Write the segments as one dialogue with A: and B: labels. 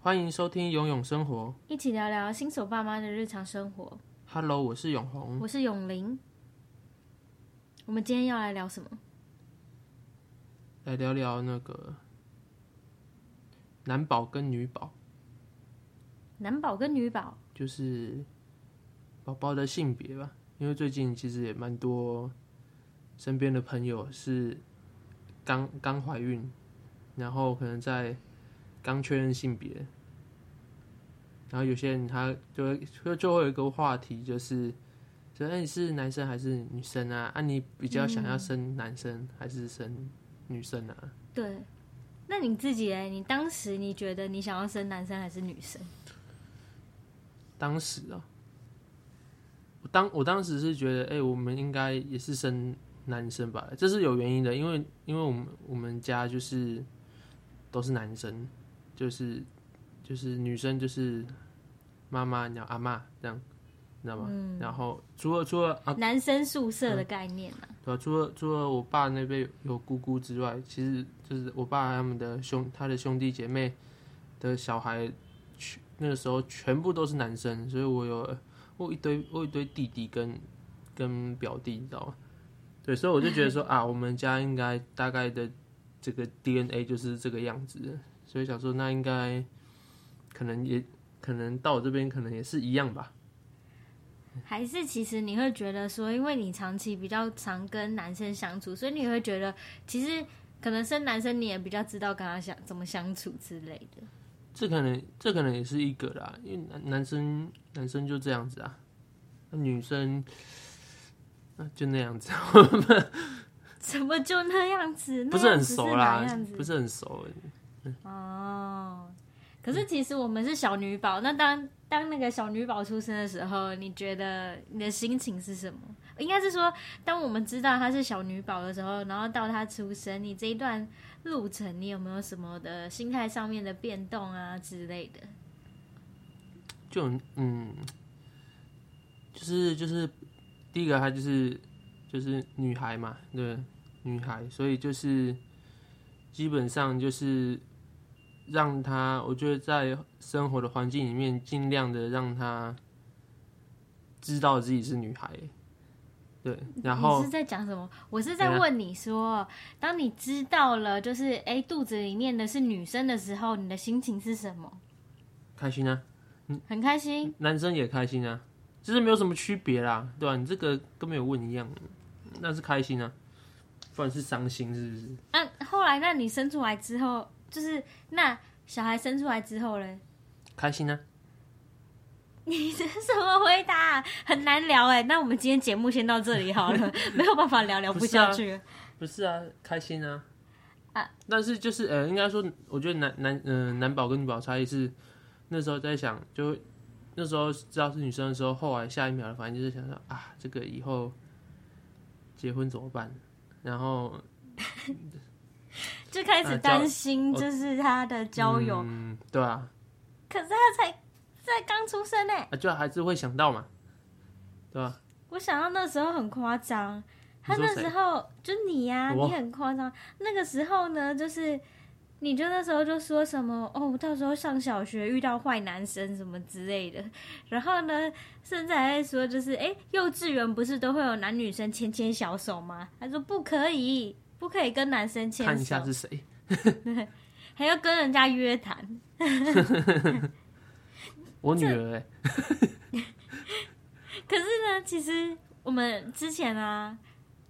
A: 欢迎收听《永永生活
B: 一起聊聊新手爸妈的日常生活。》。
A: Hello，我是永红。
B: 我是永玲。我们今天要来聊什么？
A: 来聊聊那个男宝跟女宝，
B: 男宝跟女宝，
A: 就是宝宝的性别吧。因为最近其实也蛮多身边的朋友是刚刚怀孕，然后可能在刚确认性别，然后有些人他就会就就会有一个话题，就是说：“哎，你是男生还是女生啊？啊，你比较想要生男生还是生女生啊？”
B: 对。那你自己哎，你当时你觉得你想要生男生还是女生？
A: 当时啊，我当我当时是觉得，哎、我们应该也是生男生吧，这是有原因的，因为因为我们我们家就是都是男生，就是就是女生就是妈妈，然后阿嬷这样，你知道吗？然后除了除了啊，嗯
B: 男生宿舍的概念啊，
A: 对吧、除了除了我爸那边有有姑姑之外，其实就是我爸他们的兄他的兄弟姐妹的小孩，全那个时候全部都是男生，所以我有我有一堆我有一堆弟弟跟跟表弟，你知道吗？对，所以我就觉得说啊，我们家应该大概的这个 DNA 就是这个样子的，所以想说那应该可能也可能到我这边可能也是一样吧。
B: 还是其实你会觉得说，因为你长期比较常跟男生相处，所以你会觉得其实可能生男生你也比较知道跟他相怎么相处之类的。
A: 这可能这可能也是一个啦，因为男男生男生就这样子啊，那女生那就那样子，啊
B: 怎么就那样子？
A: 不
B: 那样
A: 很
B: 子是
A: 熟
B: 哪
A: 啦
B: 样，子
A: 不是很熟。欸
B: 哦，可
A: 嗯
B: 是其实我们是小女宝，那当当那个小女宝出生的时候，你觉得你的心情是什么？应该是说，当我们知道她是小女宝的时候，然后到她出生，你这一段路程，你有没有什么的心态上面的变动啊之类的？
A: 就很嗯，就是就是第一个，她就是就是女孩嘛，对，女孩，所以就是基本上就是让她，我觉得在生活的环境里面，尽量的让她知道自己是女孩，对，然后
B: 嗯你是在讲什么？我是在问你说，当你知道了就是哎、诶肚子里面的是女生的时候，你的心情是什么？
A: 开心啊，
B: 很开心，
A: 男生也开心啊，就是没有什么区别啦，对吧、你这个跟没有问一样，那是开心啊，不然是伤心是不是？
B: 那、啊后来，那你生出来之后，就是那小孩生出来之后嘞，
A: 开心啊，
B: 你这是什么回答、很难聊哎、那我们今天节目先到这里 好了，没有办法聊，聊不下去了。
A: 不是啊，开心啊。啊，但是就是呃，应该说，我觉得男男嗯、男宝跟女宝差异是，那时候在想，就那时候知道是女生的时候，后来下一秒的反应就是想说啊，这个以后结婚怎么办？然后嗯
B: 就开始担心，就是他的交友，
A: 呃嗯，对啊，
B: 可是他才在刚出生哎、
A: 啊就还是会想到嘛，对吧、
B: 我想到那时候很夸张，他
A: 你说
B: 那
A: 谁
B: 时候就你呀、
A: 我
B: 你很夸张。那个时候呢，就是你就那时候就说什么哦，我到时候上小学遇到坏男生什么之类的，然后呢，甚至还在说就是哎，幼稚园不是都会有男女生牵牵小手吗？他说不可以，不可以跟男生牵
A: 看一
B: 手
A: 下，是谁。
B: 还要跟人家约谈。
A: 我女儿哎、
B: 可是呢，其实我们之前啊，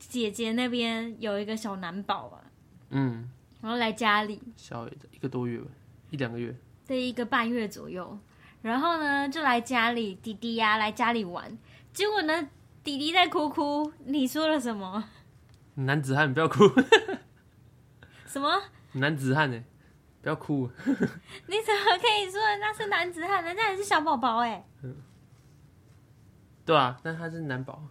B: 姐姐那边有一个小男宝啊，
A: 嗯，
B: 然后来家里。
A: 小一个多月吧，一两个月，
B: 对，一个半月左右。然后呢，就来家里，弟弟呀、来家里玩。结果呢，弟弟在哭哭。你说了什么？
A: 男子汉不要哭，
B: 什么？
A: 男子汉哎、不要哭，
B: 你怎么可以说人家是男子汉？人家也是小宝宝哎。
A: 对啊，但他是男宝，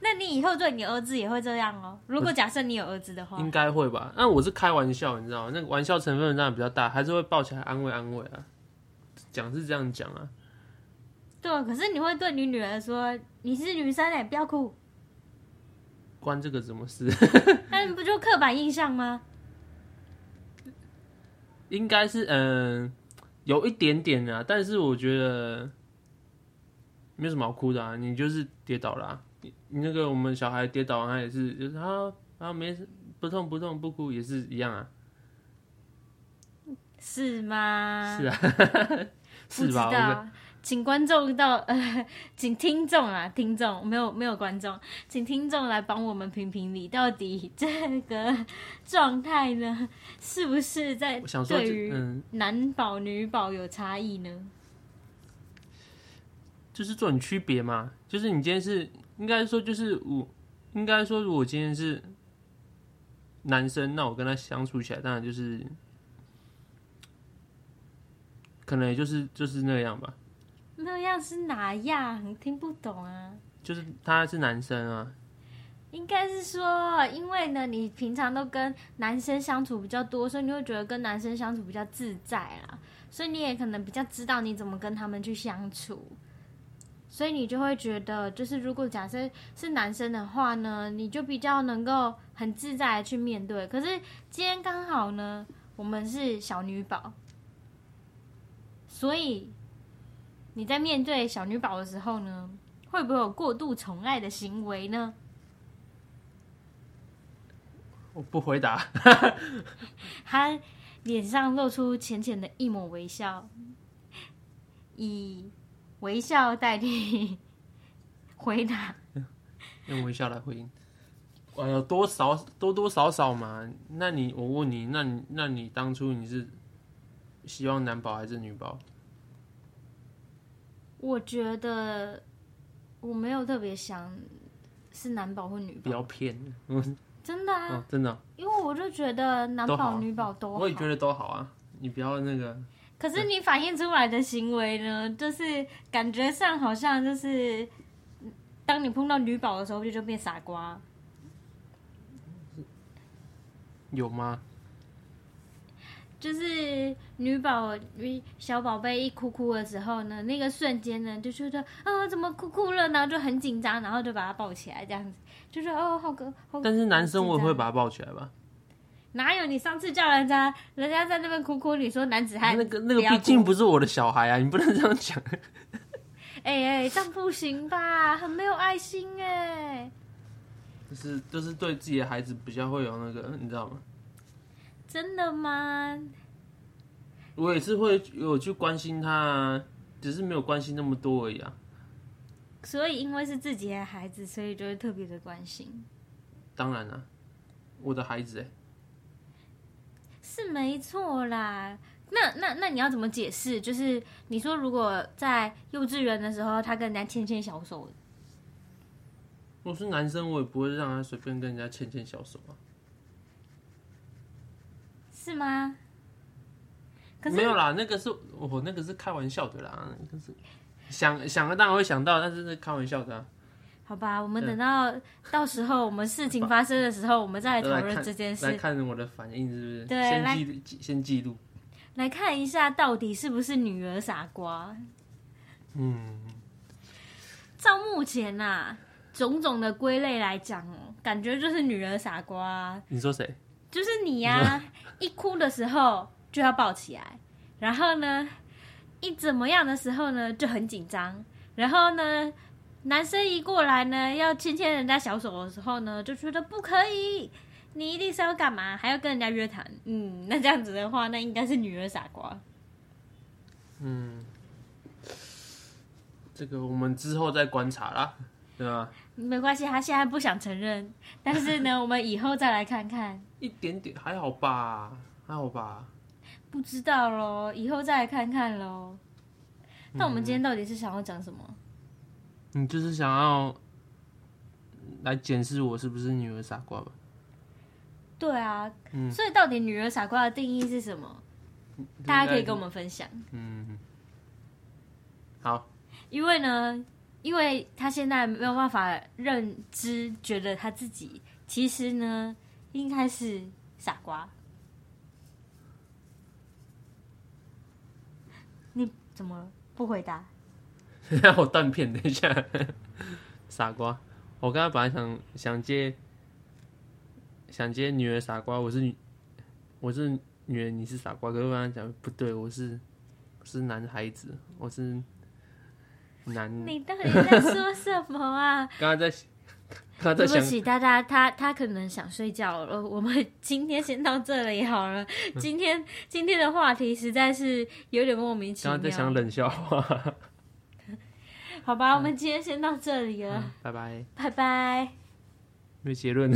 B: 那你以后对你儿子也会这样哦。如果假设你有儿子的话，
A: 应该会吧？那我是开玩笑，你知道吗？那个玩笑成分当然比较大，还是会抱起来安慰安慰啊。讲是这样讲啊，
B: 对啊，可是你会对你女儿说你是女生哎，不要哭。
A: 关这个什么事？
B: 那你不就刻板印象吗？
A: 应该是嗯、有一点点啊，但是我觉得没有什么好哭的啊，你就是跌倒了、啊，你你那个我们小孩跌倒，他也是就是啊啊没事，不痛不痛不哭也是一样啊，
B: 是吗？
A: 是啊，
B: 不
A: 是
B: 知
A: 吧？我们
B: 道，请观众到呃，请听众啊，听众没有没有观众，请听众来帮我们评评理，到底这个状态呢，是不是在
A: 我想说
B: 对
A: 这，
B: 于
A: 嗯，
B: 男宝女宝有差异呢？
A: 就是做点区别嘛，就是你今天是应该说就是我应该说如果今天是男生，那我跟他相处起来当然就是可能也就是就是那样吧，
B: 那样是哪样？你听不懂啊？
A: 就是他是男生啊，
B: 应该是说，因为呢，你平常都跟男生相处比较多，所以你会觉得跟男生相处比较自在啦，所以你也可能比较知道你怎么跟他们去相处，所以你就会觉得，就是如果假设是男生的话呢，你就比较能够很自在的去面对。可是今天刚好呢，我们是小女宝，所以你在面对小女宝的时候呢，会不会有过度宠爱的行为呢？
A: 我不回答。
B: 他脸上露出浅浅的一抹微笑，以微笑代替回答。
A: 用微笑来回应。呃，多少多多少少嘛。那你我问你，那你那你当初你是希望男宝还是女宝？
B: 我觉得我没有特别想是男宝或女
A: 不
B: 宝，
A: 要骗，
B: 真的啊，
A: 哦，真的哦、
B: 因为我就觉得男
A: 都好
B: 宝女宝都好。
A: 我也觉得都好啊。你不要那个，
B: 可是你反映出来的行为呢，就是感觉上好像就是，当你碰到女宝的时候，就就变傻瓜。
A: 有吗？
B: 就是女宝小宝贝一哭哭的时候呢，那个瞬间呢，就觉得啊怎么哭哭了，然后就很紧张，然后就把他抱起来，这样子，就是哦好可好。
A: 但是男生我也会
B: 好紧张
A: 把他抱起来吧。
B: 哪有你上次叫人家，人家在那边哭哭，你说男子汉
A: 那个那个
B: 不要
A: 毕竟
B: 哭
A: 不是我的小孩啊，你不能这样讲。
B: 哎哎、这样不行吧，很没有爱心哎、
A: 就是就是对自己的孩子比较会有那个，你知道吗？
B: 真的吗？
A: 我也是会有去关心他啊，只是没有关心那么多而已啊。
B: 所以因为是自己的孩子，所以就会特别的关心，
A: 当然啊，我的孩子哎、
B: 是没错啦。那那那你要怎么解释？就是你说如果在幼稚园的时候，他跟人家牵牵小手，
A: 我是男生，我也不会让他随便跟人家牵牵小手啊。
B: 是吗？可是
A: 没有啦，那个是我那个是开玩笑的啦，那个是想想当然会想到，但是是开玩笑的、啊。
B: 好吧，我们等到到时候我们事情发生的时候，我们再来讨
A: 来
B: 论
A: 看
B: 这件
A: 来
B: 事，
A: 看我的反应是不是？
B: 对
A: 先
B: 来
A: 记录记先记录。
B: 来看一下到底是不是女儿傻瓜。
A: 嗯，
B: 照目前呐、种种的归类来讲哦，感觉就是女儿傻瓜啊、
A: 你说谁？
B: 就是你呀、一哭的时候就要抱起来，然后呢，一怎么样的时候呢就很紧张，然后呢，男生一过来呢要牵牵人家小手的时候呢，就觉得不可以，你一定是要干嘛，还要跟人家约谈，嗯，那这样子的话，那应该是女儿傻瓜。
A: 嗯，这个我们之后再观察啦，对吧？
B: 没关系，他现在不想承认，但是呢，我们以后再来看看，
A: 一点点还好吧，还好吧。
B: 不知道喽，以后再来看看喽。那我们今天到底是想要讲什么？
A: 嗯你就是想要来检视我是不是女儿傻瓜吧？
B: 对啊，所以到底女儿傻瓜的定义是什么？大家可以跟我们分享。
A: 嗯，好，
B: 因为呢，因为他现在没有办法认知，觉得他自己其实呢应该是傻瓜。你怎么了不回答？
A: 让我断片，等一下， 傻瓜。我刚刚本来想想接想接女儿傻瓜，我是女我是女儿，你是傻瓜。可是我刚刚讲不对，我是是男孩子，我是男。
B: 你到底在说什么啊？
A: 刚刚在，刚刚
B: 对
A: 在
B: 不
A: 想，
B: 起大家，他他可能想睡觉了。我们 今天先到这里好了。
A: 嗯
B: 今天今天的话题实在是有点莫名其
A: 刚刚在想
B: 妙。
A: 冷笑嗯话。 嗯
B: 好吧，我们今天先到这里了，
A: 拜拜，
B: 拜拜。
A: 没有结论。